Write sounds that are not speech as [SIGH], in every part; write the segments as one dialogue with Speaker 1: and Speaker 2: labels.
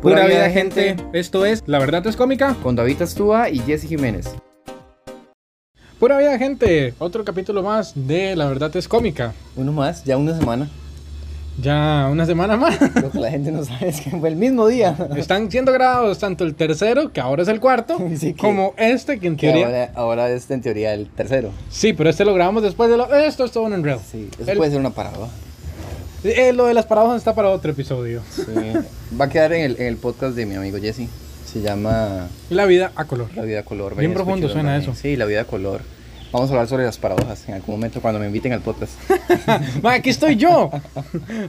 Speaker 1: Pura, vida, gente. Esto es La Verdad es Cómica.
Speaker 2: Con David Astúa y Jesse Jiménez.
Speaker 1: Pura vida, gente. Otro capítulo más de La Verdad es Cómica.
Speaker 2: Uno más, ya una semana.
Speaker 1: Ya una semana
Speaker 2: [LAUGHS]
Speaker 1: más.
Speaker 2: Lo que la gente no sabe es que fue el mismo [LAUGHS] día.
Speaker 1: Están siendo grabados tanto el tercero, que ahora es el cuarto,
Speaker 2: [LAUGHS] Sí, que-
Speaker 1: como este, que en
Speaker 2: Que
Speaker 1: teoría.
Speaker 2: ahora, ahora es en teoría el tercero.
Speaker 1: Sí, pero este lo grabamos después de lo. Esto es todo un enredo.
Speaker 2: Sí, eso
Speaker 1: El-
Speaker 2: puede ser una parada.
Speaker 1: eh, lo de las paradojas está para otro episodio.
Speaker 2: [LAUGHS] Va a quedar en el, en el podcast de mi amigo Jesse. Se llama
Speaker 1: La vida a color.
Speaker 2: La vida a color.
Speaker 1: Bien
Speaker 2: Vayan a
Speaker 1: profundo
Speaker 2: escucharlo
Speaker 1: suena
Speaker 2: también.
Speaker 1: eso.
Speaker 2: Sí, la vida a color. Vamos a hablar sobre las paradojas en algún momento cuando me inviten al [LAUGHS] podcast.
Speaker 1: [LAUGHS] Ma, aquí estoy
Speaker 2: [LAUGHS]
Speaker 1: yo.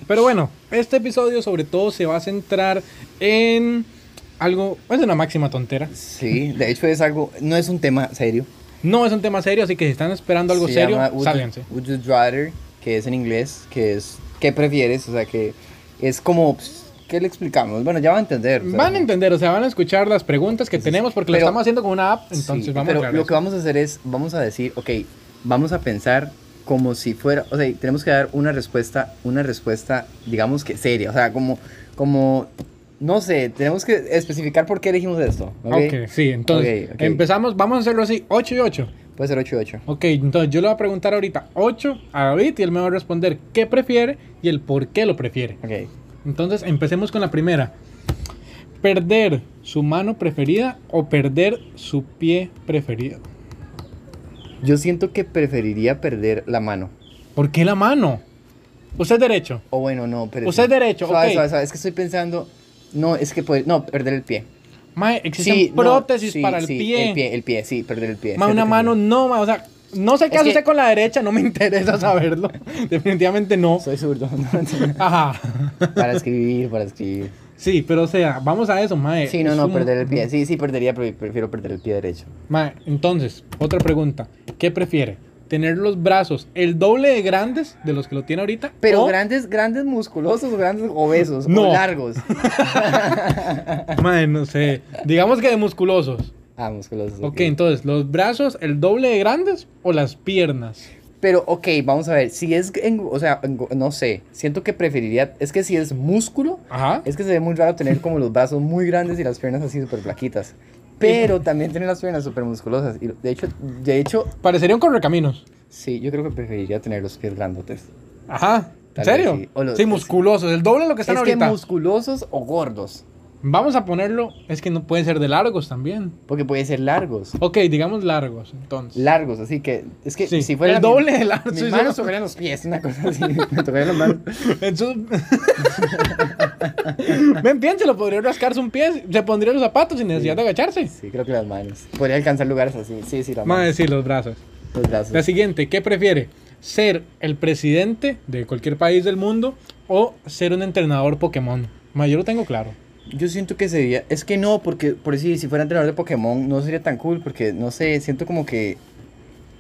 Speaker 1: Pero bueno, este episodio sobre todo se va a centrar en algo. Es una máxima tontera.
Speaker 2: Sí, de hecho es algo, no es un tema serio.
Speaker 1: No es un tema serio, así que si están esperando algo
Speaker 2: Se
Speaker 1: serio,
Speaker 2: llama Would you-
Speaker 1: sálganse.
Speaker 2: Would you rather, que es en inglés, que es ¿qué prefieres? O sea, que es como pues, ¿qué le explicamos? Bueno, ya va a entender. o sea,
Speaker 1: Van a entender, o sea, van a escuchar las preguntas que tenemos porque lo
Speaker 2: Pero-
Speaker 1: estamos haciendo con una app,
Speaker 2: sí,
Speaker 1: entonces vamos a
Speaker 2: pero
Speaker 1: aclarar
Speaker 2: lo
Speaker 1: eso.
Speaker 2: que vamos a hacer es vamos a decir, ok, vamos a pensar como si fuera, o sea, tenemos que dar una respuesta, una respuesta digamos que seria, o sea, como como no sé, tenemos que especificar por qué elegimos esto, ¿ok?
Speaker 1: Ok, sí, entonces
Speaker 2: Ok, ok.
Speaker 1: empezamos, vamos a hacerlo así, 8 y 8.
Speaker 2: Puede ser 8 y 8.
Speaker 1: Ok, entonces yo le voy a preguntar ahorita 8 a David y él me va a responder qué prefiere y el por qué lo prefiere.
Speaker 2: Ok.
Speaker 1: Entonces empecemos con la primera. ¿Perder su mano preferida o perder su pie preferido?
Speaker 2: Yo siento que preferiría perder la mano.
Speaker 1: ¿Por qué la mano? Usted es derecho.
Speaker 2: O bueno, no, pero.
Speaker 1: Usted es derecho,
Speaker 2: Suave,
Speaker 1: ok.
Speaker 2: suave, suave, Es que estoy pensando. No, es que poder, no, perder el pie.
Speaker 1: Mae, existen
Speaker 2: no,
Speaker 1: prótesis
Speaker 2: sí,
Speaker 1: para el
Speaker 2: sí,
Speaker 1: pie.
Speaker 2: El pie, el pie, sí, perder el pie.
Speaker 1: Más
Speaker 2: siento
Speaker 1: una
Speaker 2: que
Speaker 1: mano,
Speaker 2: sí.
Speaker 1: no, ma, o sea, no sé qué
Speaker 2: Es
Speaker 1: hace
Speaker 2: que-
Speaker 1: usted con la derecha, no me [LAUGHS] interesa saberlo. Definitivamente no.
Speaker 2: Soy zurdo. [LAUGHS]
Speaker 1: Ajá.
Speaker 2: para escribir, para escribir.
Speaker 1: Sí, pero o sea, vamos a eso, mae.
Speaker 2: Sí, no,
Speaker 1: Eh, Es
Speaker 2: no,
Speaker 1: un-
Speaker 2: perder el pie. Sí, sí, perdería, pero prefiero perder el pie derecho.
Speaker 1: Mae, entonces, otra pregunta. ¿Qué prefiere? ¿Tener los brazos el doble de grandes de los que lo tiene ahorita?
Speaker 2: Pero
Speaker 1: o- [LAUGHS]
Speaker 2: grandes, grandes musculosos, grandes obesos,
Speaker 1: No.
Speaker 2: o largos.
Speaker 1: Mae, no sé. Digamos que de musculosos.
Speaker 2: Ah, musculosos.
Speaker 1: Ok, entonces, ¿los brazos el doble de grandes o las piernas?
Speaker 2: Pero, ok, vamos a ver. Si es, en- o sea, en- no sé. Siento que preferiría. Es que si es músculo,
Speaker 1: Ajá.
Speaker 2: Es que se ve muy raro tener como los brazos muy grandes y las piernas así súper flaquitas. Pero también tener las piernas súper musculosas. Y de hecho, de hecho,
Speaker 1: Parecería un correcaminos.
Speaker 2: sí, yo creo que preferiría tener los pies grandotes.
Speaker 1: Ajá. ¿En
Speaker 2: Tal vez
Speaker 1: serio?
Speaker 2: sí. O los-
Speaker 1: sí, musculosos. El doble de lo que están
Speaker 2: es
Speaker 1: ahorita.
Speaker 2: que musculosos o gordos.
Speaker 1: Vamos a ponerlo, es que no pueden ser de largos también.
Speaker 2: Porque puede ser largos.
Speaker 1: Ok, digamos largos, entonces.
Speaker 2: Largos, así que es que
Speaker 1: Sí,
Speaker 2: si fuera
Speaker 1: el
Speaker 2: mi- [LAUGHS]
Speaker 1: doble de largo,
Speaker 2: Mis
Speaker 1: sí,
Speaker 2: manos
Speaker 1: sí. [LAUGHS]
Speaker 2: tocarían los pies, una cosa así. Me tocarían las manos.
Speaker 1: Entonces- Ven, piénselo, podría rascarse un pie, se pondría los zapatos sin necesidad
Speaker 2: Sí.
Speaker 1: de agacharse.
Speaker 2: Sí, creo que las manos. Podría alcanzar lugares así. Sí, sí, las
Speaker 1: Más
Speaker 2: manos.
Speaker 1: decir, los brazos.
Speaker 2: Los brazos.
Speaker 1: La siguiente, ¿qué prefiere? ¿Ser el presidente de cualquier país del mundo o ser un entrenador Pokémon? Ma, yo lo tengo claro.
Speaker 2: Yo siento que sería, es que no, porque por decir, si fuera entrenador de Pokémon no sería tan cool, porque no sé, siento como que,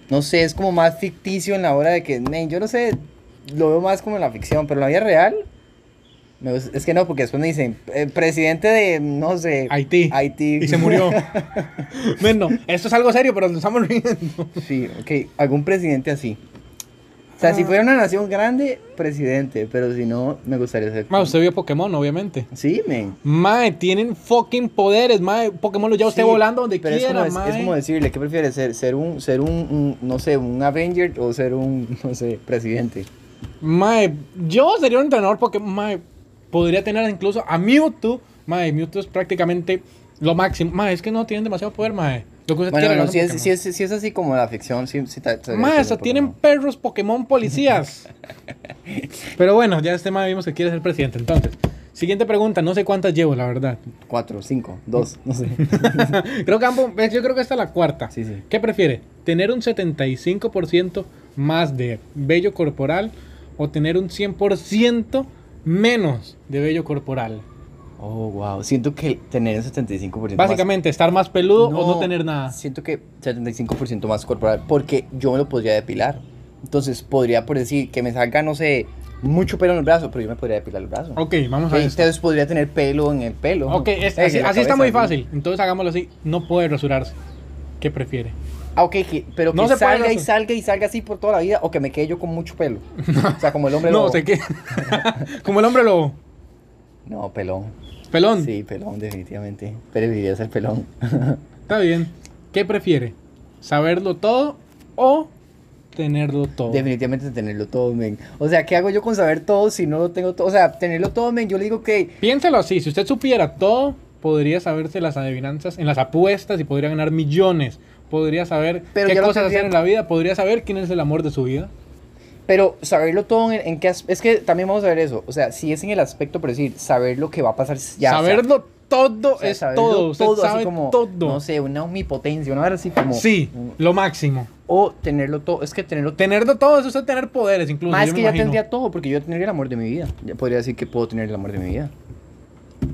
Speaker 2: no sé, es como más ficticio en la hora de que, "Nen, yo no sé, lo veo más como en la ficción, pero en la vida real, me gus- es que no, porque después me dicen, "Eh, presidente de, no sé,
Speaker 1: Haití.
Speaker 2: Haití.
Speaker 1: Y se
Speaker 2: [LAUGHS]
Speaker 1: murió. Bueno, esto es algo serio, pero nos estamos riendo.
Speaker 2: Sí, ok, algún presidente así. O sea, si
Speaker 1: Ah.
Speaker 2: fuera una nación grande, presidente, pero si no, me gustaría ser...
Speaker 1: Ma, usted vio Pokémon, obviamente.
Speaker 2: Sí, men.
Speaker 1: Mae, tienen fucking poderes, mae. Pokémon lo lleva usted
Speaker 2: Sí,
Speaker 1: volando donde
Speaker 2: pero
Speaker 1: quiera,
Speaker 2: es como, de-
Speaker 1: mae.
Speaker 2: es como decirle, ¿qué prefieres ser? ¿Ser un, ser un, un, no sé, un Avenger o ser un, [LAUGHS] no sé, presidente?
Speaker 1: Mae, yo sería un entrenador Pokémon, mae. Podría tener incluso a Mewtwo. Mae, Mewtwo es prácticamente lo máximo. Mae, es que no tienen demasiado poder, mae. Lo que usted
Speaker 2: Bueno,
Speaker 1: quiera,
Speaker 2: no,
Speaker 1: lo
Speaker 2: si
Speaker 1: hacen
Speaker 2: es, si,
Speaker 1: Pokémon.
Speaker 2: es, si es así como la ficción, sí, sí. ta- ta-
Speaker 1: Mae,
Speaker 2: ta-
Speaker 1: hasta
Speaker 2: ta-
Speaker 1: tienen
Speaker 2: ta-
Speaker 1: perros Pokémon
Speaker 2: [LAUGHS]
Speaker 1: policías. Pero bueno, ya este mae vimos que quiere ser presidente. Entonces, siguiente pregunta. No sé cuántas llevo, la verdad.
Speaker 2: Cuatro, cinco, dos,
Speaker 1: [LAUGHS]
Speaker 2: no sé.
Speaker 1: creo que ambos- yo creo que esta es la cuarta.
Speaker 2: Sí, sí.
Speaker 1: ¿Qué prefiere? ¿Tener un 75% más de vello corporal o tener un 100% menos de vello corporal?
Speaker 2: Oh, wow. Siento que tener el 75% más-
Speaker 1: Básicamente, estar más peludo o no tener nada.
Speaker 2: Siento que 75% más corporal, porque yo me lo podría depilar. Entonces, podría, por decir, que me salga, no sé, mucho pelo en el brazo, pero yo me podría depilar el brazo.
Speaker 1: Ok, vamos a
Speaker 2: Ok,
Speaker 1: ver. esto.
Speaker 2: Pues, Entonces podría tener pelo en el pelo.
Speaker 1: Ok, es-
Speaker 2: Eh, en
Speaker 1: así,
Speaker 2: la
Speaker 1: así está
Speaker 2: cabeza,
Speaker 1: muy
Speaker 2: ¿no?
Speaker 1: fácil. Entonces hagámoslo así. No puede rasurarse. ¿Qué prefiere?
Speaker 2: Ah, ok, que- pero que
Speaker 1: No se puede
Speaker 2: salga y
Speaker 1: hacer.
Speaker 2: salga y salga así por toda la vida o que me quede yo con mucho
Speaker 1: [LAUGHS]
Speaker 2: pelo. o sea, como el hombre
Speaker 1: No,
Speaker 2: lobo.
Speaker 1: sé qué. Como el hombre lobo.
Speaker 2: No, pelón.
Speaker 1: pelón.
Speaker 2: Sí, pelón, definitivamente. Preferiría ser pelón.
Speaker 1: Está bien. ¿Qué prefiere? ¿Saberlo todo o tenerlo todo?
Speaker 2: Definitivamente tenerlo todo, men. O sea, ¿qué hago yo con saber todo si no lo tengo todo? O sea, tenerlo todo, men, yo le digo que...
Speaker 1: Piénselo así, si usted supiera todo, podría saberse las adivinanzas en las apuestas y podría ganar millones. Podría saber
Speaker 2: Pero
Speaker 1: qué
Speaker 2: ya lo
Speaker 1: cosas hacer
Speaker 2: tendría-
Speaker 1: en la vida, podría saber quién es el amor de su vida.
Speaker 2: Pero saberlo todo en, en qué... as- Es que también vamos a ver eso. O sea, si es en el aspecto, por decir, saber lo que va a pasar ya. o sea,
Speaker 1: saberlo todo
Speaker 2: o sea,
Speaker 1: es
Speaker 2: saberlo
Speaker 1: todo, usted
Speaker 2: así
Speaker 1: sabe
Speaker 2: como,
Speaker 1: todo.
Speaker 2: No sé, una omnipotencia, una hora así como...
Speaker 1: sí, lo máximo.
Speaker 2: O tenerlo todo, es que tenerlo todo...
Speaker 1: Tenerlo todo es usted tener poderes, incluso.
Speaker 2: Más
Speaker 1: yo
Speaker 2: que
Speaker 1: me
Speaker 2: ya
Speaker 1: imagino.
Speaker 2: tendría todo, porque yo tendría el amor de mi vida. Ya podría decir que puedo tener el amor de mi [LAUGHS] vida.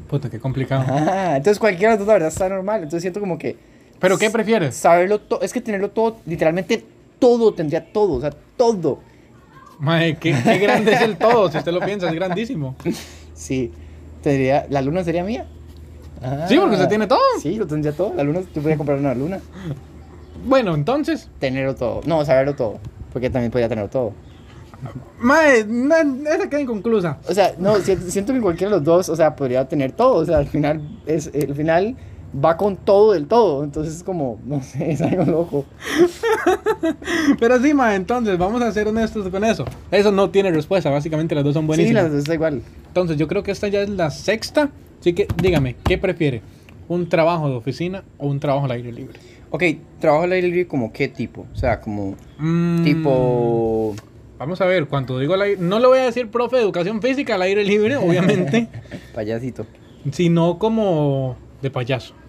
Speaker 1: Puta, qué complicado.
Speaker 2: Ah, entonces cualquiera de las dos, la verdad, está normal. Entonces siento como que
Speaker 1: ¿Pero qué prefieres?
Speaker 2: saberlo todo, es que tenerlo todo, literalmente todo, tendría todo, o sea, todo.
Speaker 1: Mae, qué, qué grande es el todo, si usted lo piensa, es grandísimo.
Speaker 2: Sí, tendría, la luna sería mía. Ah,
Speaker 1: Sí, porque usted tiene todo.
Speaker 2: Sí, lo tendría todo, la luna, yo podría comprar una luna.
Speaker 1: Bueno, entonces,
Speaker 2: Tenerlo todo, no, saberlo todo, porque también podría tenerlo todo.
Speaker 1: mae, na- esa queda inconclusa.
Speaker 2: O sea, no, si- siento que cualquiera de los dos, o sea, podría tener todo, o sea, al final, es, el final va con todo del todo, entonces es como, no sé, [LAUGHS] es algo loco.
Speaker 1: [LAUGHS] Pero sí, mae, entonces, vamos a ser honestos con eso. Eso no tiene respuesta, básicamente las dos son buenísimas.
Speaker 2: Sí, las dos está igual.
Speaker 1: Entonces, yo creo que esta ya es la sexta. Así que dígame, ¿qué prefiere? ¿Un trabajo de oficina o un trabajo al aire libre?
Speaker 2: Ok, trabajo al aire libre como qué tipo, o sea, como
Speaker 1: Mm,
Speaker 2: tipo...
Speaker 1: Vamos a ver, cuando digo al aire. No le voy a decir profe de educación física al aire
Speaker 2: [LAUGHS]
Speaker 1: libre, obviamente.
Speaker 2: Payasito.
Speaker 1: sino como de payaso. [LAUGHS]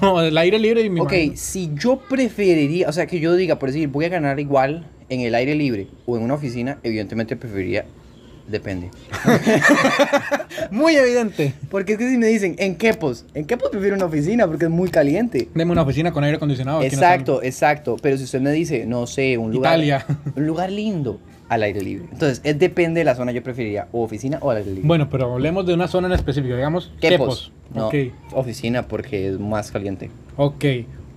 Speaker 1: No, al aire libre y mi
Speaker 2: ok, si yo preferiría, o sea, que yo diga, por decir, voy a ganar igual en el aire libre o en una oficina, evidentemente preferiría, depende.
Speaker 1: Muy evidente.
Speaker 2: Porque es que si me dicen, ¿en qué pos? En qué pos prefiero una oficina porque es muy caliente.
Speaker 1: Deme una oficina con aire acondicionado. aquí no
Speaker 2: Exacto, exacto. Pero si usted me dice, no sé, un lugar...
Speaker 1: Italia.
Speaker 2: [LAUGHS] Un lugar lindo al aire libre. Entonces, es depende de la zona, yo preferiría o oficina o al aire
Speaker 1: están-
Speaker 2: libre.
Speaker 1: Bueno, pero hablemos de una zona en específico, digamos Quepos.
Speaker 2: Quepos. No,
Speaker 1: Ok,
Speaker 2: oficina porque es más caliente.
Speaker 1: ok.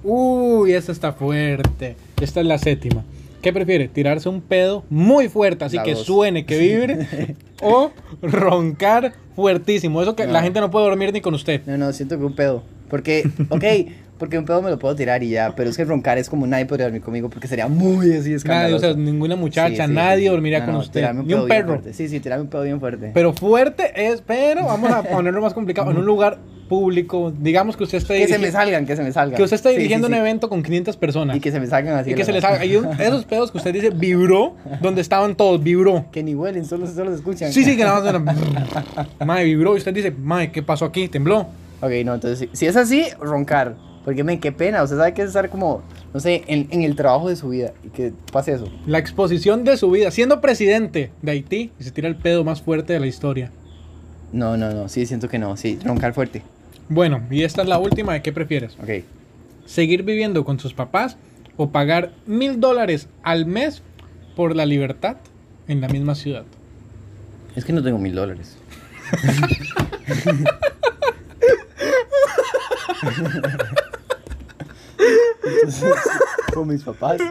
Speaker 1: Uy, esta está fuerte. Esta es la séptima. ¿Qué prefiere? ¿Tirarse un pedo muy fuerte, así
Speaker 2: La
Speaker 1: que
Speaker 2: dos.
Speaker 1: suene, que
Speaker 2: [LAUGHS]
Speaker 1: vibre? ¿O roncar fuertísimo? Eso que la
Speaker 2: No.
Speaker 1: gente no puede dormir ni con usted.
Speaker 2: No, no, siento que un pedo.
Speaker 1: [LAUGHS]
Speaker 2: Porque, ok, porque un pedo me lo puedo tirar y ya, pero es que roncar es como nadie podría dormir conmigo porque sería muy así
Speaker 1: Nadie, o
Speaker 2: escandaloso.
Speaker 1: sea, ninguna muchacha,
Speaker 2: Sí, sí,
Speaker 1: nadie
Speaker 2: sí.
Speaker 1: dormiría
Speaker 2: No,
Speaker 1: con
Speaker 2: no,
Speaker 1: usted.
Speaker 2: tirarme un
Speaker 1: Ni
Speaker 2: pedo
Speaker 1: un
Speaker 2: bien
Speaker 1: perro.
Speaker 2: fuerte. Sí, sí, tirarme un pedo bien fuerte.
Speaker 1: Pero fuerte es, pero vamos
Speaker 2: [LAUGHS]
Speaker 1: a ponerlo más complicado, en un lugar público, digamos que usted está
Speaker 2: que se me
Speaker 1: dirigiendo,
Speaker 2: salgan, que se me salgan.
Speaker 1: que usted está
Speaker 2: Sí, sí,
Speaker 1: dirigiendo
Speaker 2: sí.
Speaker 1: un evento con 500 personas
Speaker 2: Y que se me salgan así. de la
Speaker 1: se les
Speaker 2: nada.
Speaker 1: haga, hay
Speaker 2: [LAUGHS]
Speaker 1: un- esos pedos que usted dice vibró, donde estaban todos, vibró.
Speaker 2: Que ni huelen, solo, solo se escuchan.
Speaker 1: Sí, sí, que nada más suena, Mae, vibró y usted dice, mae, ¿qué pasó aquí? Tembló.
Speaker 2: Ok, no, entonces, si- si es así, roncar. Porque, men, qué pena. Usted sabe que es estar como, no sé, en, en el trabajo de su vida y que pase eso.
Speaker 1: La exposición de su vida, siendo presidente de Haití, y se tira el pedo más fuerte de la historia.
Speaker 2: No, no, no, sí, siento que no. Sí, roncar fuerte.
Speaker 1: Bueno, y esta es la última de qué prefieres.
Speaker 2: Ok.
Speaker 1: seguir viviendo con sus papás o pagar mil dólares al mes por la libertad en la misma ciudad. [LAUGHS]
Speaker 2: Es que no tengo mil dólares. Entonces, con mis papás.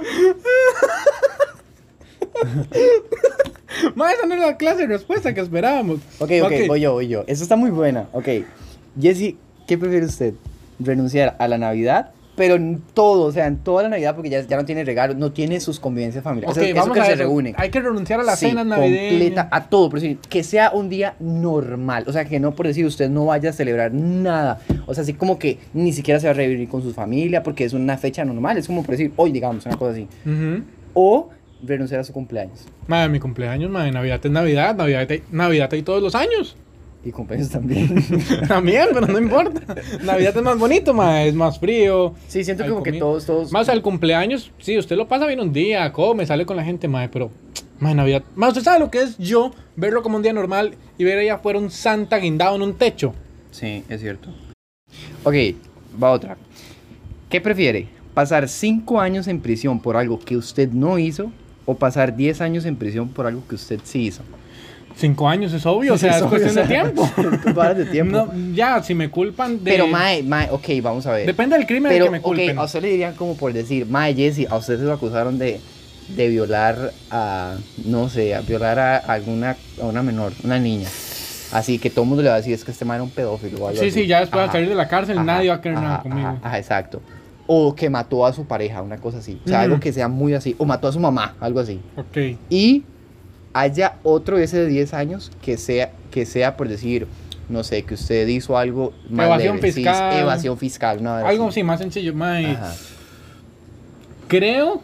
Speaker 1: Más esa no es la clase de respuesta que esperábamos.
Speaker 2: Ok, ok, voy yo, voy yo. Eso está muy buena. Ok. Jesse, ¿qué prefiere usted? ¿Renunciar a la Navidad? Pero en todo, o sea, en toda la Navidad, porque ya, ya no tiene regalos, no tiene sus convivencias familiares.
Speaker 1: Ok,
Speaker 2: O sea, eso
Speaker 1: vamos
Speaker 2: que
Speaker 1: a
Speaker 2: se
Speaker 1: eso.
Speaker 2: reúnen.
Speaker 1: Hay que renunciar a las
Speaker 2: Sí,
Speaker 1: cenas navideñas.
Speaker 2: completa, a todo, pero sí, que sea un día normal, o sea, que no por decir usted no vaya a celebrar nada, o sea, así como que ni siquiera se va a reunir con su familia porque es una fecha normal, es como por decir hoy, digamos, una cosa así,
Speaker 1: Ujú.
Speaker 2: o renunciar a su cumpleaños
Speaker 1: Madre, mi cumpleaños, madre, Navidad es Navidad, Navidad hay, Navidad hay todos los años. [LAUGHS]
Speaker 2: y cumpleaños también. [LAUGHS]
Speaker 1: También, pero no importa. Navidad es más bonito, madre, es más frío.
Speaker 2: sí, siento
Speaker 1: Hay
Speaker 2: como que
Speaker 1: comida.
Speaker 2: todos, todos.
Speaker 1: Más al cumpleaños, sí, usted lo pasa bien un día, come, sale con la gente, madre, pero más Navidad. Más usted sabe lo que es yo verlo como un día normal y ver allá afuera un Santa guindado en un techo.
Speaker 2: Sí, es cierto. Ok, va otra. ¿Qué prefiere? ¿Pasar 5 años en prisión por algo que usted no hizo o pasar 10 años en prisión por algo que usted sí hizo?
Speaker 1: Cinco años es obvio, o sea, es,
Speaker 2: [LAUGHS] obvio,
Speaker 1: cuestión
Speaker 2: o
Speaker 1: de
Speaker 2: sea,
Speaker 1: tiempo.
Speaker 2: [LAUGHS] varas de tiempo.
Speaker 1: No, ya, si me culpan de.
Speaker 2: Pero, mae, mae, ok, vamos a ver.
Speaker 1: Depende del crimen
Speaker 2: Pero,
Speaker 1: que me culpen.
Speaker 2: ok, a usted le dirían como por decir, mae, Jesse, a usted se lo acusaron de, de violar a, no sé, a violar a alguna, a una menor, una niña. Así que todo el mundo le va a decir, es que este man era un pedófilo. o algo
Speaker 1: Sí,
Speaker 2: así.
Speaker 1: sí, ya después al
Speaker 2: Ajá,
Speaker 1: salir de la cárcel
Speaker 2: ajá,
Speaker 1: nadie va a querer nada
Speaker 2: ajá,
Speaker 1: conmigo.
Speaker 2: Ajá, ajá, exacto. O que mató a su pareja, una cosa así. O sea, algo
Speaker 1: Ujú.
Speaker 2: que sea muy así. O mató a su mamá, algo así.
Speaker 1: Ok.
Speaker 2: Y haya otro ese de 10 años que sea, que sea por decir, no sé, que usted hizo algo más
Speaker 1: Evasión
Speaker 2: leve, sí,
Speaker 1: fiscal.
Speaker 2: evasión fiscal, una vez
Speaker 1: Algo
Speaker 2: así.
Speaker 1: así, más sencillo. Mae,
Speaker 2: Ajá.
Speaker 1: creo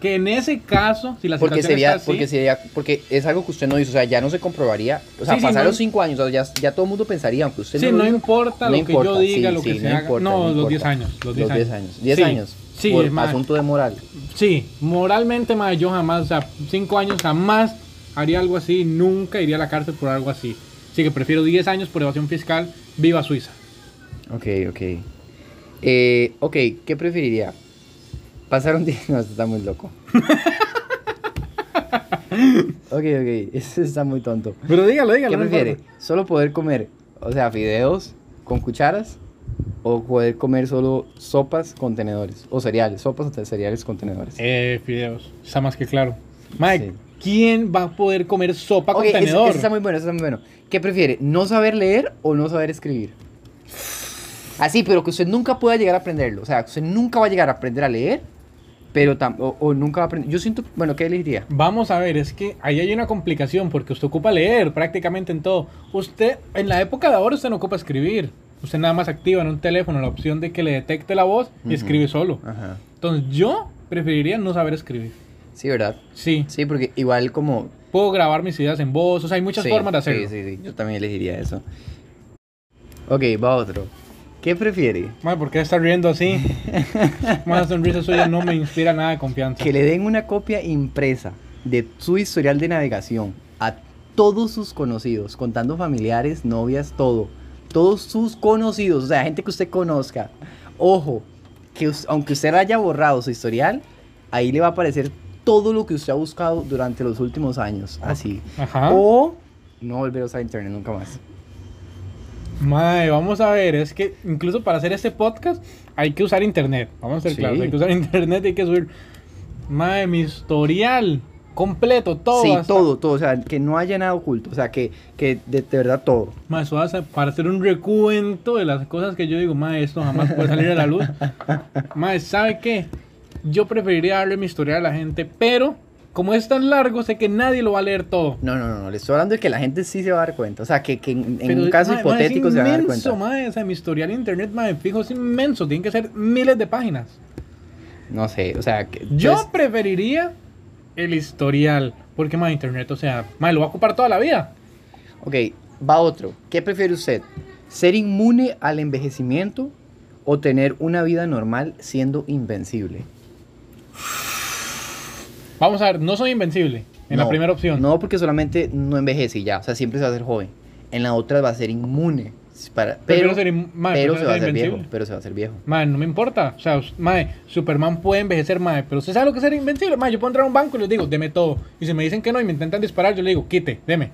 Speaker 1: que en ese caso, si la
Speaker 2: Porque
Speaker 1: situación
Speaker 2: sería,
Speaker 1: está así,
Speaker 2: porque sería, porque es algo que usted no hizo, o sea, ya no se comprobaría, o sea,
Speaker 1: Sí, sí,
Speaker 2: pasar
Speaker 1: no.
Speaker 2: los cinco años, o sea, ya, ya todo el mundo pensaría, aunque usted
Speaker 1: Sí,
Speaker 2: no, lo
Speaker 1: no
Speaker 2: hizo,
Speaker 1: importa
Speaker 2: no
Speaker 1: lo que yo
Speaker 2: importa,
Speaker 1: diga,
Speaker 2: sí,
Speaker 1: lo que
Speaker 2: sí,
Speaker 1: se
Speaker 2: no
Speaker 1: haga.
Speaker 2: importa,
Speaker 1: no,
Speaker 2: no
Speaker 1: los
Speaker 2: importa.
Speaker 1: 10 años. Los 10 años.
Speaker 2: 10 años, 10
Speaker 1: Sí,
Speaker 2: años,
Speaker 1: Sí,
Speaker 2: por
Speaker 1: mae,
Speaker 2: asunto de moral,
Speaker 1: sí, moralmente, mae, yo jamás, o sea, 5 años jamás haría algo así, nunca iría a la cárcel por algo así. Así que prefiero 10 años por evasión fiscal, viva Suiza.
Speaker 2: ok, ok, eh, ok, ¿qué preferiría? Pasaron 10, [LAUGHS] no, esto está muy loco, ok, ok, [LAUGHS] esto está muy tonto,
Speaker 1: Pero dígalo, dígalo.
Speaker 2: ¿qué
Speaker 1: no
Speaker 2: prefiere?
Speaker 1: importa.
Speaker 2: ¿Solo poder comer, o sea, fideos con cucharas? ¿O poder comer solo sopas con tenedores? ¿O cereales? Sopas o cereales con tenedores.
Speaker 1: Eh, fideos, está más que claro. Mae,
Speaker 2: Sí.
Speaker 1: ¿quién va a poder comer sopa
Speaker 2: Ok,
Speaker 1: con
Speaker 2: ese-
Speaker 1: tenedor?
Speaker 2: ese está muy bueno, ese está muy bueno. ¿Qué prefiere? ¿No saber leer o no saber escribir? Así, pero que usted nunca pueda llegar a aprenderlo. O sea, usted nunca va a llegar a aprender a leer, pero tam- o, o nunca va a aprender. Yo siento, bueno, ¿qué le diría?
Speaker 1: Vamos a ver, es que ahí hay una complicación porque usted ocupa leer prácticamente en todo. Usted, en la época de ahora, usted no ocupa escribir. Usted nada más activa en un teléfono la opción de que le detecte la voz y
Speaker 2: Ujú.
Speaker 1: escribe solo.
Speaker 2: Ajá.
Speaker 1: Entonces, yo preferiría no saber escribir.
Speaker 2: Sí, ¿verdad?
Speaker 1: Sí,
Speaker 2: Sí, porque igual como...
Speaker 1: puedo grabar mis ideas en voz, o sea, hay muchas
Speaker 2: Sí,
Speaker 1: formas de hacerlo.
Speaker 2: Sí, sí, sí. Yo también elegiría eso. Ok, va otro. ¿Qué prefiere?
Speaker 1: Madre, ¿por qué está riendo
Speaker 2: [LAUGHS]
Speaker 1: así? Más la sonrisa suya no me inspira nada de confianza.
Speaker 2: Que le den una copia impresa de su historial de navegación a todos sus conocidos, contando familiares, novias, todo. Todos sus conocidos, o sea, gente que usted conozca. Ojo, que us- aunque usted haya borrado su historial, ahí le va a aparecer todo lo que usted ha buscado durante los últimos años. Así.
Speaker 1: Ajá.
Speaker 2: O no volver a usar internet nunca más.
Speaker 1: Mae, vamos a ver, es que incluso para hacer este podcast hay que usar internet. Vamos a ser
Speaker 2: Sí.
Speaker 1: claros, hay que usar [LAUGHS] internet, hay que subir. Mae, mi historial completo, todo.
Speaker 2: sí,
Speaker 1: hasta-
Speaker 2: todo, todo. O sea, que no haya nada oculto. O sea, que, que de, de verdad todo.
Speaker 1: Mae, eso hace- para hacer un recuento de las cosas que yo digo, mae, esto jamás puede salir a la
Speaker 2: [LAUGHS]
Speaker 1: luz. Mae, ¿sabe qué? Yo preferiría darle mi historial a la gente, pero como es tan largo, sé que nadie lo va a leer todo.
Speaker 2: No, no, no, no, le estoy hablando de que la gente sí se va a dar cuenta. O sea, que, que en, en
Speaker 1: Pero,
Speaker 2: un caso
Speaker 1: mae, mae, es
Speaker 2: hipotético se va a dar
Speaker 1: inmenso,
Speaker 2: cuenta.
Speaker 1: mae, o sea, mi historial en internet, mae, fijo, es inmenso. Tienen que ser miles de páginas.
Speaker 2: No sé, o sea, que,
Speaker 1: Yo
Speaker 2: pues,
Speaker 1: preferiría el historial, porque más internet, o sea, más lo va a ocupar toda la vida.
Speaker 2: pues, ok, va otro. ¿Qué prefiere usted? ¿Ser inmune al envejecimiento o tener una vida normal siendo invencible?
Speaker 1: Vamos a ver, no soy invencible en la
Speaker 2: No,
Speaker 1: primera opción.
Speaker 2: No, porque solamente no envejece y ya, o sea, siempre se va a ser joven. En la otra va a ser inmune. Para,
Speaker 1: Prefiero
Speaker 2: pero
Speaker 1: ser in- mae,
Speaker 2: pero
Speaker 1: prefiero
Speaker 2: se va a
Speaker 1: ser
Speaker 2: hacer viejo,
Speaker 1: invencible.
Speaker 2: pero se va a hacer viejo.
Speaker 1: Mae, no me importa. O sea, us- mae, Superman puede envejecer, mae, pero usted sabe lo que es ser invencible. Mae, yo puedo entrar a un banco y les digo, deme todo. Y si me dicen que no y me intentan disparar, yo le digo, quite,
Speaker 2: [LAUGHS]
Speaker 1: deme.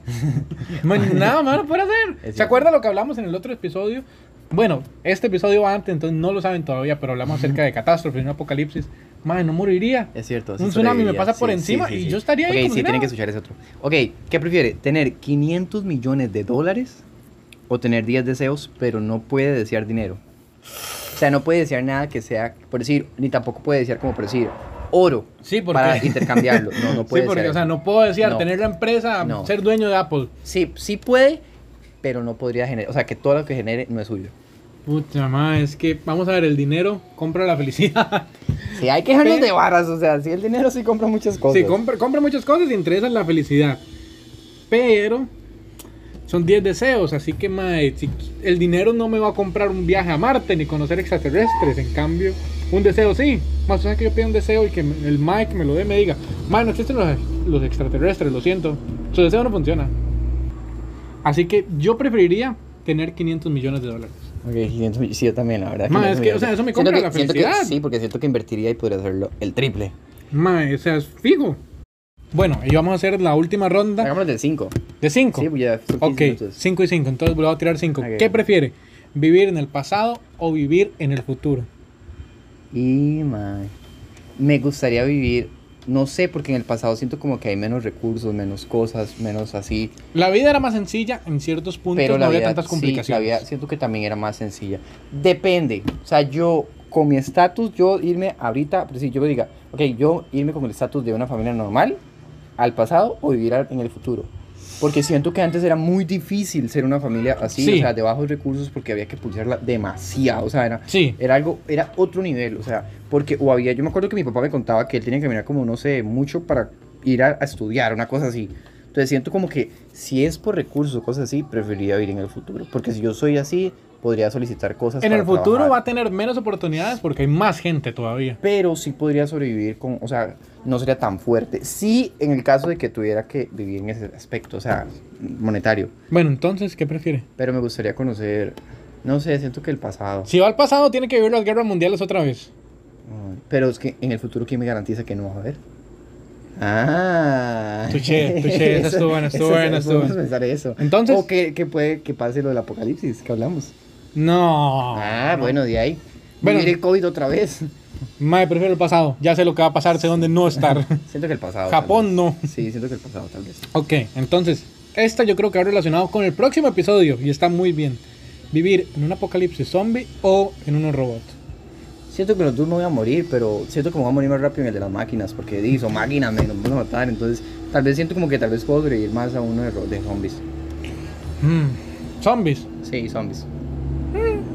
Speaker 1: Mae, nada más no puede hacer.
Speaker 2: Es
Speaker 1: ¿Se
Speaker 2: cierto.
Speaker 1: acuerda lo que hablamos en el otro episodio? Bueno, este episodio va antes, entonces no lo saben todavía, pero hablamos acerca
Speaker 2: [LAUGHS]
Speaker 1: de catástrofes, un apocalipsis. Mae, no moriría.
Speaker 2: Es cierto.
Speaker 1: Un tsunami me pasa por encima y yo estaría ahí
Speaker 2: Ok,
Speaker 1: como
Speaker 2: sí,
Speaker 1: si
Speaker 2: tienen
Speaker 1: nada.
Speaker 2: que escuchar ese otro. Ok, ¿qué prefiere? ¿Tener 500 millones de dólares o tener 10 deseos, pero no puede desear dinero? O sea, no puede desear nada que sea, por decir, ni tampoco puede desear como por decir, oro
Speaker 1: [LAUGHS] Sí, porque-
Speaker 2: para intercambiarlo. No, no
Speaker 1: [LAUGHS]
Speaker 2: puede
Speaker 1: sí, porque,
Speaker 2: desear
Speaker 1: o sea,
Speaker 2: eso.
Speaker 1: no puedo decir
Speaker 2: No.
Speaker 1: tener la empresa,
Speaker 2: No.
Speaker 1: ser dueño de Apple.
Speaker 2: Sí, sí puede, pero no podría generar, o sea, que todo lo que genere no es suyo.
Speaker 1: Puta madre, es que vamos a ver, el dinero compra la felicidad. [LAUGHS]
Speaker 2: Sí, hay que dejarnos de barras, o sea, si el dinero sí compra muchas cosas.
Speaker 1: Sí, compra, compra muchas cosas y entre esas la felicidad. Pero son 10 deseos, así que madre, si qui- el dinero no me va a comprar un viaje a Marte ni conocer extraterrestres. En cambio, un deseo sí. Más o sea que yo pido un deseo y que me- el Mike me lo dé, me diga, madre, no existen los, los extraterrestres, lo siento. Su deseo no funciona. Así que yo preferiría tener 500 millones de dólares.
Speaker 2: Ok, 500 millones. Sí, yo también, la verdad.
Speaker 1: Ma,
Speaker 2: 500
Speaker 1: es que,
Speaker 2: millones.
Speaker 1: o sea, eso me
Speaker 2: Siento
Speaker 1: compra
Speaker 2: que-
Speaker 1: la
Speaker 2: siento que-
Speaker 1: felicidad.
Speaker 2: sí, porque siento que invertiría y podría hacerlo el triple.
Speaker 1: Mae, o sea, es fijo. Bueno, y vamos a hacer la última ronda
Speaker 2: Hagámoslo del 5.
Speaker 1: de 5.
Speaker 2: Sí, pues ya son 15
Speaker 1: ok,
Speaker 2: minutos.
Speaker 1: 5 y 5. Entonces voy a tirar 5.
Speaker 2: Ok.
Speaker 1: ¿Qué prefiere? ¿Vivir en el pasado o vivir en el futuro?
Speaker 2: Y, mae, Me gustaría vivir no sé, porque en el pasado siento como que hay menos recursos, menos cosas, menos así.
Speaker 1: La vida era más sencilla en ciertos puntos,
Speaker 2: Pero
Speaker 1: no
Speaker 2: la
Speaker 1: había
Speaker 2: vida,
Speaker 1: tantas
Speaker 2: sí, la
Speaker 1: complicaciones.
Speaker 2: vida siento que también era más sencilla. Depende. O sea, yo, con mi estatus, yo irme ahorita, pero si yo diga, ok, yo irme con el estatus de una familia normal al pasado o vivir al- en el futuro. Porque siento que antes era muy difícil ser una familia así,
Speaker 1: Sí.
Speaker 2: o sea, de bajos recursos, porque había que pulsarla demasiado. O sea, era,
Speaker 1: Sí.
Speaker 2: era algo, era otro nivel, o sea, porque o había, yo me acuerdo que mi papá me contaba que él tenía que mirar como, no sé, mucho para ir a, a estudiar, una cosa así. Entonces siento como que si es por recursos o cosas así, preferiría vivir en el futuro, porque si yo soy así, podría solicitar cosas.
Speaker 1: En
Speaker 2: para
Speaker 1: el futuro
Speaker 2: trabajar,
Speaker 1: va a tener menos oportunidades porque hay más gente todavía.
Speaker 2: Pero sí podría sobrevivir con, o sea, no sería tan fuerte. Sí, en el caso de que tuviera que vivir en ese aspecto, o sea, monetario.
Speaker 1: Bueno, entonces, ¿qué prefiere?
Speaker 2: Pero me gustaría conocer, no sé, siento que el pasado.
Speaker 1: Si va al pasado, tiene que vivir las guerras mundiales otra vez.
Speaker 2: Ay, Pero es que en el futuro, ¿quién me garantiza que no va a haber? Ah.
Speaker 1: Touché, touché, eso estuvo
Speaker 2: [LAUGHS]
Speaker 1: bueno, estuvo bueno, estuvo
Speaker 2: Podemos
Speaker 1: bueno.
Speaker 2: pensar eso.
Speaker 1: Entonces-
Speaker 2: O que, que puede que pase lo del apocalipsis, que hablamos.
Speaker 1: No.
Speaker 2: ah, bueno, de ahí.
Speaker 1: Bueno.
Speaker 2: Vivir el COVID otra vez.
Speaker 1: Mae, prefiero el pasado. Ya sé lo que va a pasar, sé dónde no estar. [LAUGHS]
Speaker 2: Siento que el pasado. tal
Speaker 1: Japón
Speaker 2: vez.
Speaker 1: no.
Speaker 2: Sí, siento que el pasado tal vez.
Speaker 1: Ok, entonces, esta yo creo que va relacionado con el próximo episodio y está muy bien. Vivir en un apocalipsis zombie o en unos robots.
Speaker 2: Siento que los dos me voy a morir, pero siento que me voy a morir más rápido en el de las máquinas, porque di, son máquinas, me nos van a matar. Entonces, tal vez siento como que tal vez puedo sobrevivir más a uno de, ro- de zombies.
Speaker 1: Mm, Zombies,
Speaker 2: Sí, zombies.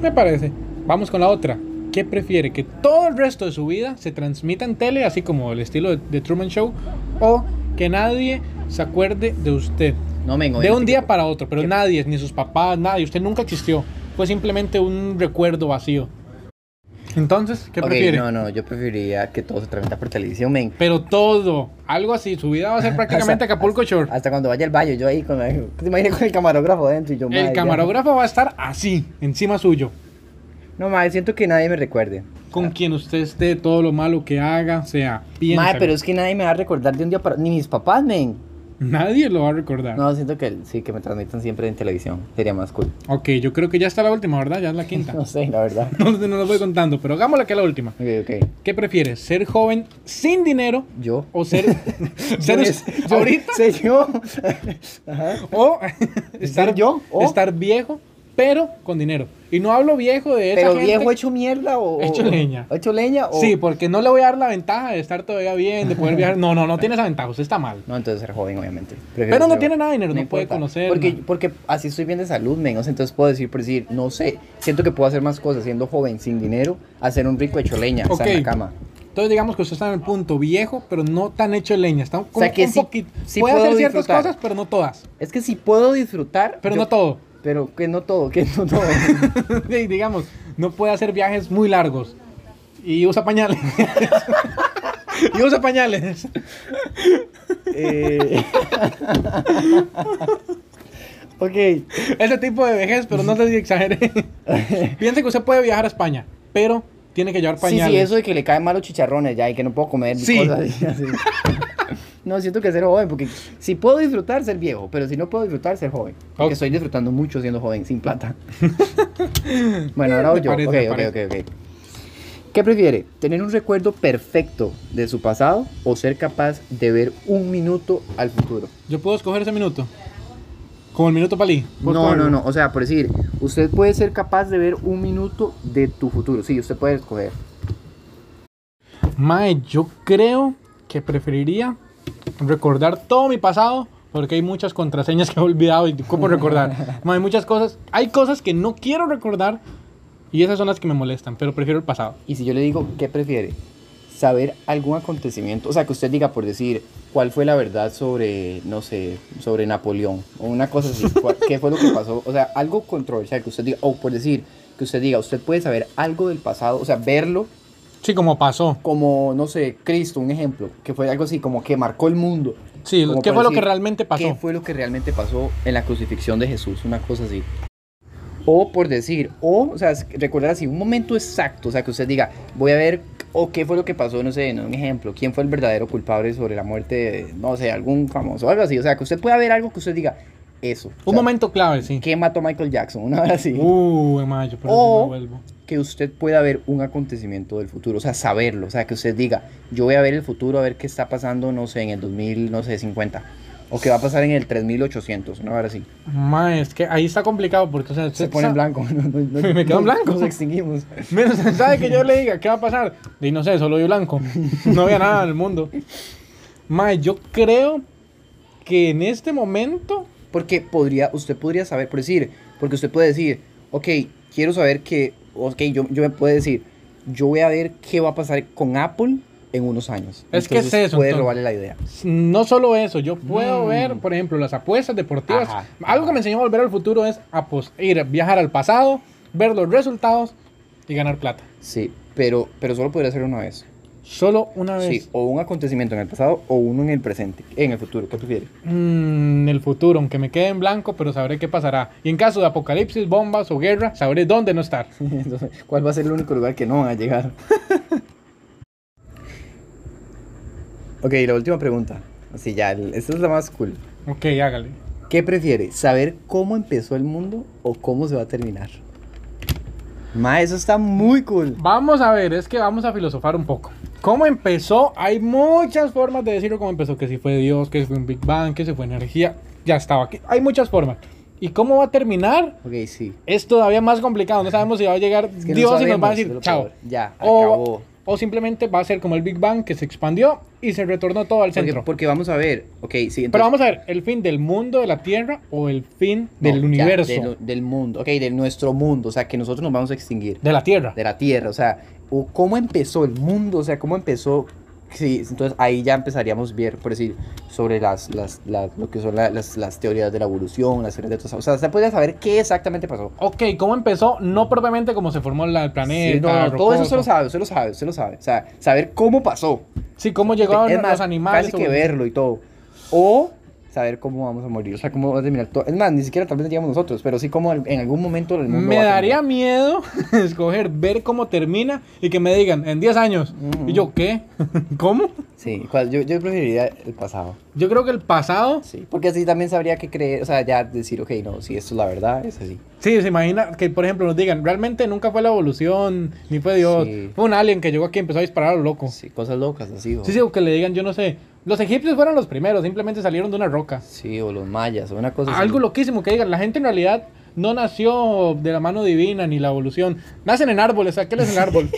Speaker 1: me parece. Vamos con la otra. ¿Qué prefiere? ¿Que todo el resto de su vida se transmita en tele, así como el estilo de, de Truman Show? ¿O que nadie se acuerde de usted?
Speaker 2: No me
Speaker 1: De un día para otro, pero nadie, ni sus papás, nadie. Usted nunca existió. Fue simplemente un recuerdo vacío. Entonces, ¿qué
Speaker 2: Ok,
Speaker 1: prefiere?
Speaker 2: No, no, yo preferiría que todo se transmita por televisión, men.
Speaker 1: Pero todo, algo así, su vida
Speaker 2: [LAUGHS]
Speaker 1: va a ser prácticamente Acapulco Shore.
Speaker 2: Hasta cuando vaya al baño, yo ahí con la, ¿te imaginas con el camarógrafo dentro y yo madre,
Speaker 1: El
Speaker 2: ya.
Speaker 1: camarógrafo va a estar así, encima suyo.
Speaker 2: No, madre, siento que nadie me recuerde.
Speaker 1: Con quien usted esté, todo lo malo que haga, sea, piensa.
Speaker 2: Madre, pero es que nadie me va a recordar de un día para ni mis papás, men.
Speaker 1: Nadie lo va a recordar.
Speaker 2: No, siento que sí, que me transmitan siempre en televisión. Sería más cool.
Speaker 1: Ok, yo creo que ya está la última, ¿verdad? Ya es la quinta. [LAUGHS]
Speaker 2: No sé, la verdad.
Speaker 1: no, no lo voy contando, pero hagámosla que es la última.
Speaker 2: Ok, ok.
Speaker 1: ¿Qué prefieres? ¿Ser joven sin dinero
Speaker 2: Yo.
Speaker 1: [LAUGHS] o
Speaker 2: [LAUGHS]
Speaker 1: ser... ser
Speaker 2: Yo-
Speaker 1: us-
Speaker 2: yo-
Speaker 1: [LAUGHS]
Speaker 2: [LAUGHS]
Speaker 1: ahorita
Speaker 2: Sé yo. Ajá.
Speaker 1: [LAUGHS] o estar,
Speaker 2: yo? ¿O?
Speaker 1: estar viejo, pero con dinero. Y no hablo viejo de esa
Speaker 2: Pero
Speaker 1: gente-
Speaker 2: viejo hecho mierda o. o-
Speaker 1: Hecho leña.
Speaker 2: o Hecho leña o.
Speaker 1: Sí, porque no le voy a dar la ventaja de estar todavía bien, de poder
Speaker 2: [LAUGHS]
Speaker 1: viajar. No, no, no tiene esa ventaja, usted está mal.
Speaker 2: No, entonces ser joven, obviamente.
Speaker 1: Pero no
Speaker 2: ser
Speaker 1: tiene
Speaker 2: joven.
Speaker 1: nada de dinero, no puede
Speaker 2: importa.
Speaker 1: conocer,
Speaker 2: Porque,
Speaker 1: nada.
Speaker 2: porque así estoy bien de salud, menos. Entonces puedo decir, por decir, no sé, siento que puedo hacer más cosas siendo joven, sin dinero, hacer un rico hecho leña, o sea, en
Speaker 1: Ok.
Speaker 2: la cama.
Speaker 1: Entonces digamos que usted está en el punto viejo, pero no tan hecho de leña. Está un,
Speaker 2: O sea, que
Speaker 1: un
Speaker 2: sí-
Speaker 1: poquito.
Speaker 2: sí
Speaker 1: puede
Speaker 2: puedo
Speaker 1: hacer ciertas
Speaker 2: disfrutar.
Speaker 1: cosas, pero no todas.
Speaker 2: Es que si puedo disfrutar.
Speaker 1: Pero
Speaker 2: yo-
Speaker 1: no todo.
Speaker 2: Pero que no todo, que no
Speaker 1: [LAUGHS]
Speaker 2: todo.
Speaker 1: Sí, digamos, no puede hacer viajes muy largos. Y usa pañales. [LAUGHS] y usa pañales.
Speaker 2: Eh, [LAUGHS] ok.
Speaker 1: Ese tipo de vejez, pero no sé si
Speaker 2: [LAUGHS]
Speaker 1: exageré. Piense que usted puede viajar a España, pero tiene que llevar
Speaker 2: Sí,
Speaker 1: pañales.
Speaker 2: sí, eso de que le caen mal los chicharrones ya y que no puedo comer ni
Speaker 1: Sí.
Speaker 2: cosas [LAUGHS] así, así. No, siento que ser joven, porque si puedo disfrutar, ser viejo, pero si no puedo disfrutar, ser joven. Porque
Speaker 1: Ok.
Speaker 2: estoy disfrutando mucho siendo joven,
Speaker 1: [LAUGHS]
Speaker 2: sin plata. bueno, ahora
Speaker 1: Me
Speaker 2: yo.
Speaker 1: parece,
Speaker 2: Ok,
Speaker 1: me
Speaker 2: ok, ok, ok. ¿Qué prefiere? ¿Tener un recuerdo perfecto de su pasado o ser capaz de ver un minuto al futuro?
Speaker 1: Yo puedo escoger ese minuto. Como el minuto palí. ¿Puedo
Speaker 2: No,
Speaker 1: escogerlo?
Speaker 2: no, no. O sea, por decir, usted puede ser capaz de ver un minuto de tu futuro. Sí, usted puede escoger.
Speaker 1: Mae, yo creo que preferiría recordar todo mi pasado porque hay muchas contraseñas que he olvidado y cómo
Speaker 2: [LAUGHS]
Speaker 1: recordar. Mae, hay muchas cosas, hay cosas que no quiero recordar y esas son las que me molestan, pero prefiero el pasado.
Speaker 2: Y si yo le digo, ¿qué prefiere? Saber algún acontecimiento, o sea, que usted diga, por decir, cuál fue la verdad sobre, no sé, sobre Napoleón, o una cosa así, cua-
Speaker 1: [LAUGHS]
Speaker 2: qué fue lo que pasó, o sea, algo controversial, que usted diga, o por decir, que usted diga, usted puede saber algo del pasado, o sea, verlo
Speaker 1: Sí, como pasó.
Speaker 2: como, no sé, Cristo, un ejemplo, que fue algo así, como que marcó el mundo.
Speaker 1: Sí,
Speaker 2: Como
Speaker 1: ¿qué
Speaker 2: por
Speaker 1: fue lo
Speaker 2: decir,
Speaker 1: que realmente
Speaker 2: ¿Qué
Speaker 1: pasó?
Speaker 2: fue lo que realmente pasó en la crucifixión de Jesús? Una cosa así. O por decir, o, o sea, es- recordar así, un momento exacto, o sea, que usted diga, voy a ver, o qué fue lo que pasó, no sé, en un ejemplo, quién fue el verdadero culpable sobre la muerte de, no sé, algún famoso, algo así, o sea, que usted pueda ver algo que usted diga, eso. o
Speaker 1: Un
Speaker 2: sea,
Speaker 1: momento clave, sí.
Speaker 2: ¿Qué mató a Michael Jackson? [LAUGHS] Una hora así.
Speaker 1: Uh, mae, yo por eso
Speaker 2: O-
Speaker 1: no vuelvo.
Speaker 2: que usted pueda ver un acontecimiento del futuro, o sea, saberlo, o sea, que usted diga, yo voy a ver el futuro, a ver qué está pasando, no sé, en el 2000, no sé, 50, o qué va a pasar en el 3800, una hora así.
Speaker 1: Ma, es que ahí está complicado porque, o sea,
Speaker 2: Se
Speaker 1: usted
Speaker 2: pone en
Speaker 1: sa-
Speaker 2: blanco. [LAUGHS] no, no, no,
Speaker 1: Me quedo en
Speaker 2: no,
Speaker 1: blanco.
Speaker 2: Nos extinguimos.
Speaker 1: Mira, usted sabe que yo le diga, ¿qué va a pasar? Y no sé, solo yo blanco. No había nada en el mundo. Ma, yo creo que en este momento.
Speaker 2: Porque podría, usted podría saber, por decir, porque usted puede decir, ok, quiero saber que, ok, yo, yo me puedo decir, yo voy a ver qué va a pasar con Apple en unos años.
Speaker 1: Es que es
Speaker 2: Entonces,
Speaker 1: eso,
Speaker 2: Puede
Speaker 1: entonces.
Speaker 2: robarle la idea.
Speaker 1: No solo eso, yo puedo
Speaker 2: Mm.
Speaker 1: ver, por ejemplo, las apuestas deportivas.
Speaker 2: Ajá.
Speaker 1: Algo que me enseñó a volver al futuro es apos- ir, viajar al pasado, ver los resultados y ganar plata.
Speaker 2: Sí, pero, pero solo podría ser una vez.
Speaker 1: Solo una vez.
Speaker 2: Sí, o un acontecimiento en el pasado o uno en el presente, en el futuro, ¿qué prefiere?
Speaker 1: Mm, en el futuro, aunque me quede en blanco, pero sabré qué pasará. Y en caso de apocalipsis, bombas o guerra, sabré dónde no estar.
Speaker 2: [LAUGHS] Entonces, ¿cuál va a ser el único lugar que no van a llegar? [LAUGHS] ok, la última pregunta. Así ya, el- esta es la más cool.
Speaker 1: Ok, hágale.
Speaker 2: ¿Qué prefiere? ¿Saber cómo empezó el mundo o cómo se va a terminar? Ma, eso está muy cool.
Speaker 1: Vamos a ver, es que vamos a filosofar un poco. ¿Cómo empezó? Hay muchas formas de decirlo cómo empezó, que si fue Dios, que si fue un Big Bang, que si fue energía, ya estaba aquí. Hay muchas formas. ¿Y cómo va a terminar?
Speaker 2: Ok, sí.
Speaker 1: Es todavía más complicado, no sabemos si va a llegar
Speaker 2: Es que no
Speaker 1: Dios y nos va a
Speaker 2: sabemos, es
Speaker 1: decir
Speaker 2: lo
Speaker 1: chao.
Speaker 2: peor. Ya,
Speaker 1: O,
Speaker 2: acabó.
Speaker 1: o simplemente va a ser como el Big Bang que se expandió y se retornó todo al
Speaker 2: Porque,
Speaker 1: centro.
Speaker 2: porque vamos a ver. Ok, sí. entonces-
Speaker 1: Pero vamos a ver, ¿el fin del mundo, de la Tierra o el fin
Speaker 2: no,
Speaker 1: del
Speaker 2: ya,
Speaker 1: universo?
Speaker 2: de lo- del, mundo. Ok, de nuestro mundo. O sea, que nosotros nos vamos a extinguir.
Speaker 1: De la Tierra.
Speaker 2: De la Tierra. O sea, o ¿cómo empezó el mundo? O sea, ¿cómo empezó? Sí, entonces ahí ya empezaríamos a ver, por decir, sobre las, las, las- lo que son la- las, las teorías de la evolución, las teorías de todo eso. O sea, se podría saber qué exactamente pasó.
Speaker 1: Ok, ¿cómo empezó? No propiamente cómo se formó la- el planeta.
Speaker 2: Sí, no, no, todo eso
Speaker 1: rocoso.
Speaker 2: se lo sabe, se lo sabe, se lo sabe. O sea, saber cómo pasó.
Speaker 1: Sí, cómo llegaban
Speaker 2: es más,
Speaker 1: los animales.
Speaker 2: casi que
Speaker 1: o-
Speaker 2: verlo y todo. O saber cómo vamos a morir, o sea, cómo va a terminar todo. Es más, ni siquiera tal vez llegamos nosotros, pero sí como en algún momento el mundo
Speaker 1: Me
Speaker 2: va a
Speaker 1: daría
Speaker 2: terminar.
Speaker 1: miedo [LAUGHS] escoger, ver cómo termina y que me digan en 10 años.
Speaker 2: Ujú.
Speaker 1: Y yo, ¿qué? [LAUGHS] ¿Cómo?
Speaker 2: Sí, cual- yo, yo preferiría el pasado.
Speaker 1: Yo creo que el pasado.
Speaker 2: Sí, porque así también sabría que creer, o sea, ya decir, ok, no, si esto es la verdad, es así.
Speaker 1: Sí, se imagina que, por ejemplo, nos digan, realmente nunca fue la evolución, ni fue Dios.
Speaker 2: Sí.
Speaker 1: Fue un alien que llegó aquí y empezó a disparar a lo loco.
Speaker 2: Sí, cosas locas, así. O,
Speaker 1: Sí, sí, o que le digan, yo no sé. Los egipcios fueron los primeros, simplemente salieron de una roca.
Speaker 2: Sí, o los mayas, o una cosa así.
Speaker 1: Algo loquísimo que digan, la gente en realidad no nació de la mano divina ni la evolución. Nacen en árboles, aquel es el
Speaker 2: [LAUGHS]
Speaker 1: árbol.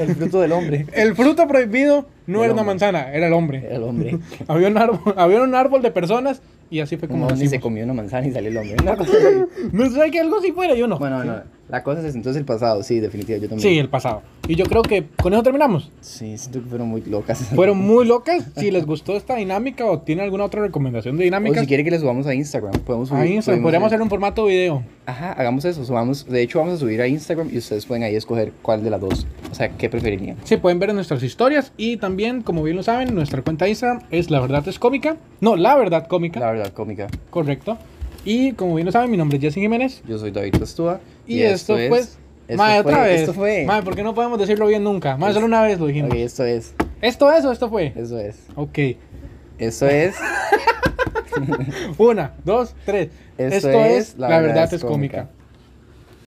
Speaker 2: El fruto del hombre.
Speaker 1: El fruto prohibido no
Speaker 2: El
Speaker 1: era una
Speaker 2: hombre.
Speaker 1: manzana, era el hombre.
Speaker 2: El hombre.
Speaker 1: Había un árbol, había un árbol de personas y así fue [LAUGHS] como
Speaker 2: Como ni
Speaker 1: nacimos.
Speaker 2: se comió una manzana y salió el hombre. Una cosa así.
Speaker 1: No sé que algo así fuera, yo no.
Speaker 2: Bueno, no, la cosa es entonces el pasado, sí, definitivamente yo
Speaker 1: Sí,
Speaker 2: también.
Speaker 1: el pasado. Y yo creo que con eso terminamos.
Speaker 2: Sí, siento que fueron muy locas.
Speaker 1: Fueron muy locas. Si les gustó esta dinámica o tienen alguna otra recomendación de
Speaker 2: O
Speaker 1: dinámica,
Speaker 2: si quiere que le subamos a Instagram, podemos subir.
Speaker 1: a Instagram,
Speaker 2: subimos
Speaker 1: podríamos
Speaker 2: ahí.
Speaker 1: hacer un formato video.
Speaker 2: Ajá, hagamos eso, subamos. De hecho, vamos a subir a Instagram y ustedes pueden ahí escoger cuál de las dos. O sea, qué preferirían.
Speaker 1: Se pueden ver en nuestras historias y también, como bien lo saben, nuestra cuenta de Instagram es La Verdad es Cómica. No, La Verdad Cómica,
Speaker 2: La verdad, cómica.
Speaker 1: correcto. Y como bien lo saben, mi nombre es Jesse Jiménez.
Speaker 2: Yo soy David Testúa.
Speaker 1: Y, esto,
Speaker 2: es-
Speaker 1: pues...
Speaker 2: esto
Speaker 1: Mae,
Speaker 2: fue-
Speaker 1: otra vez.
Speaker 2: Esto fue.
Speaker 1: Mae, ¿por qué no podemos decirlo bien nunca? Mae,
Speaker 2: Es-
Speaker 1: solo una vez lo dijimos.
Speaker 2: ok, esto es.
Speaker 1: ¿Esto es o esto fue?
Speaker 2: Eso es.
Speaker 1: Ok. [LAUGHS]
Speaker 2: Esto es.
Speaker 1: Una, dos, tres.
Speaker 2: Esto es
Speaker 1: La, verdad, es cómica.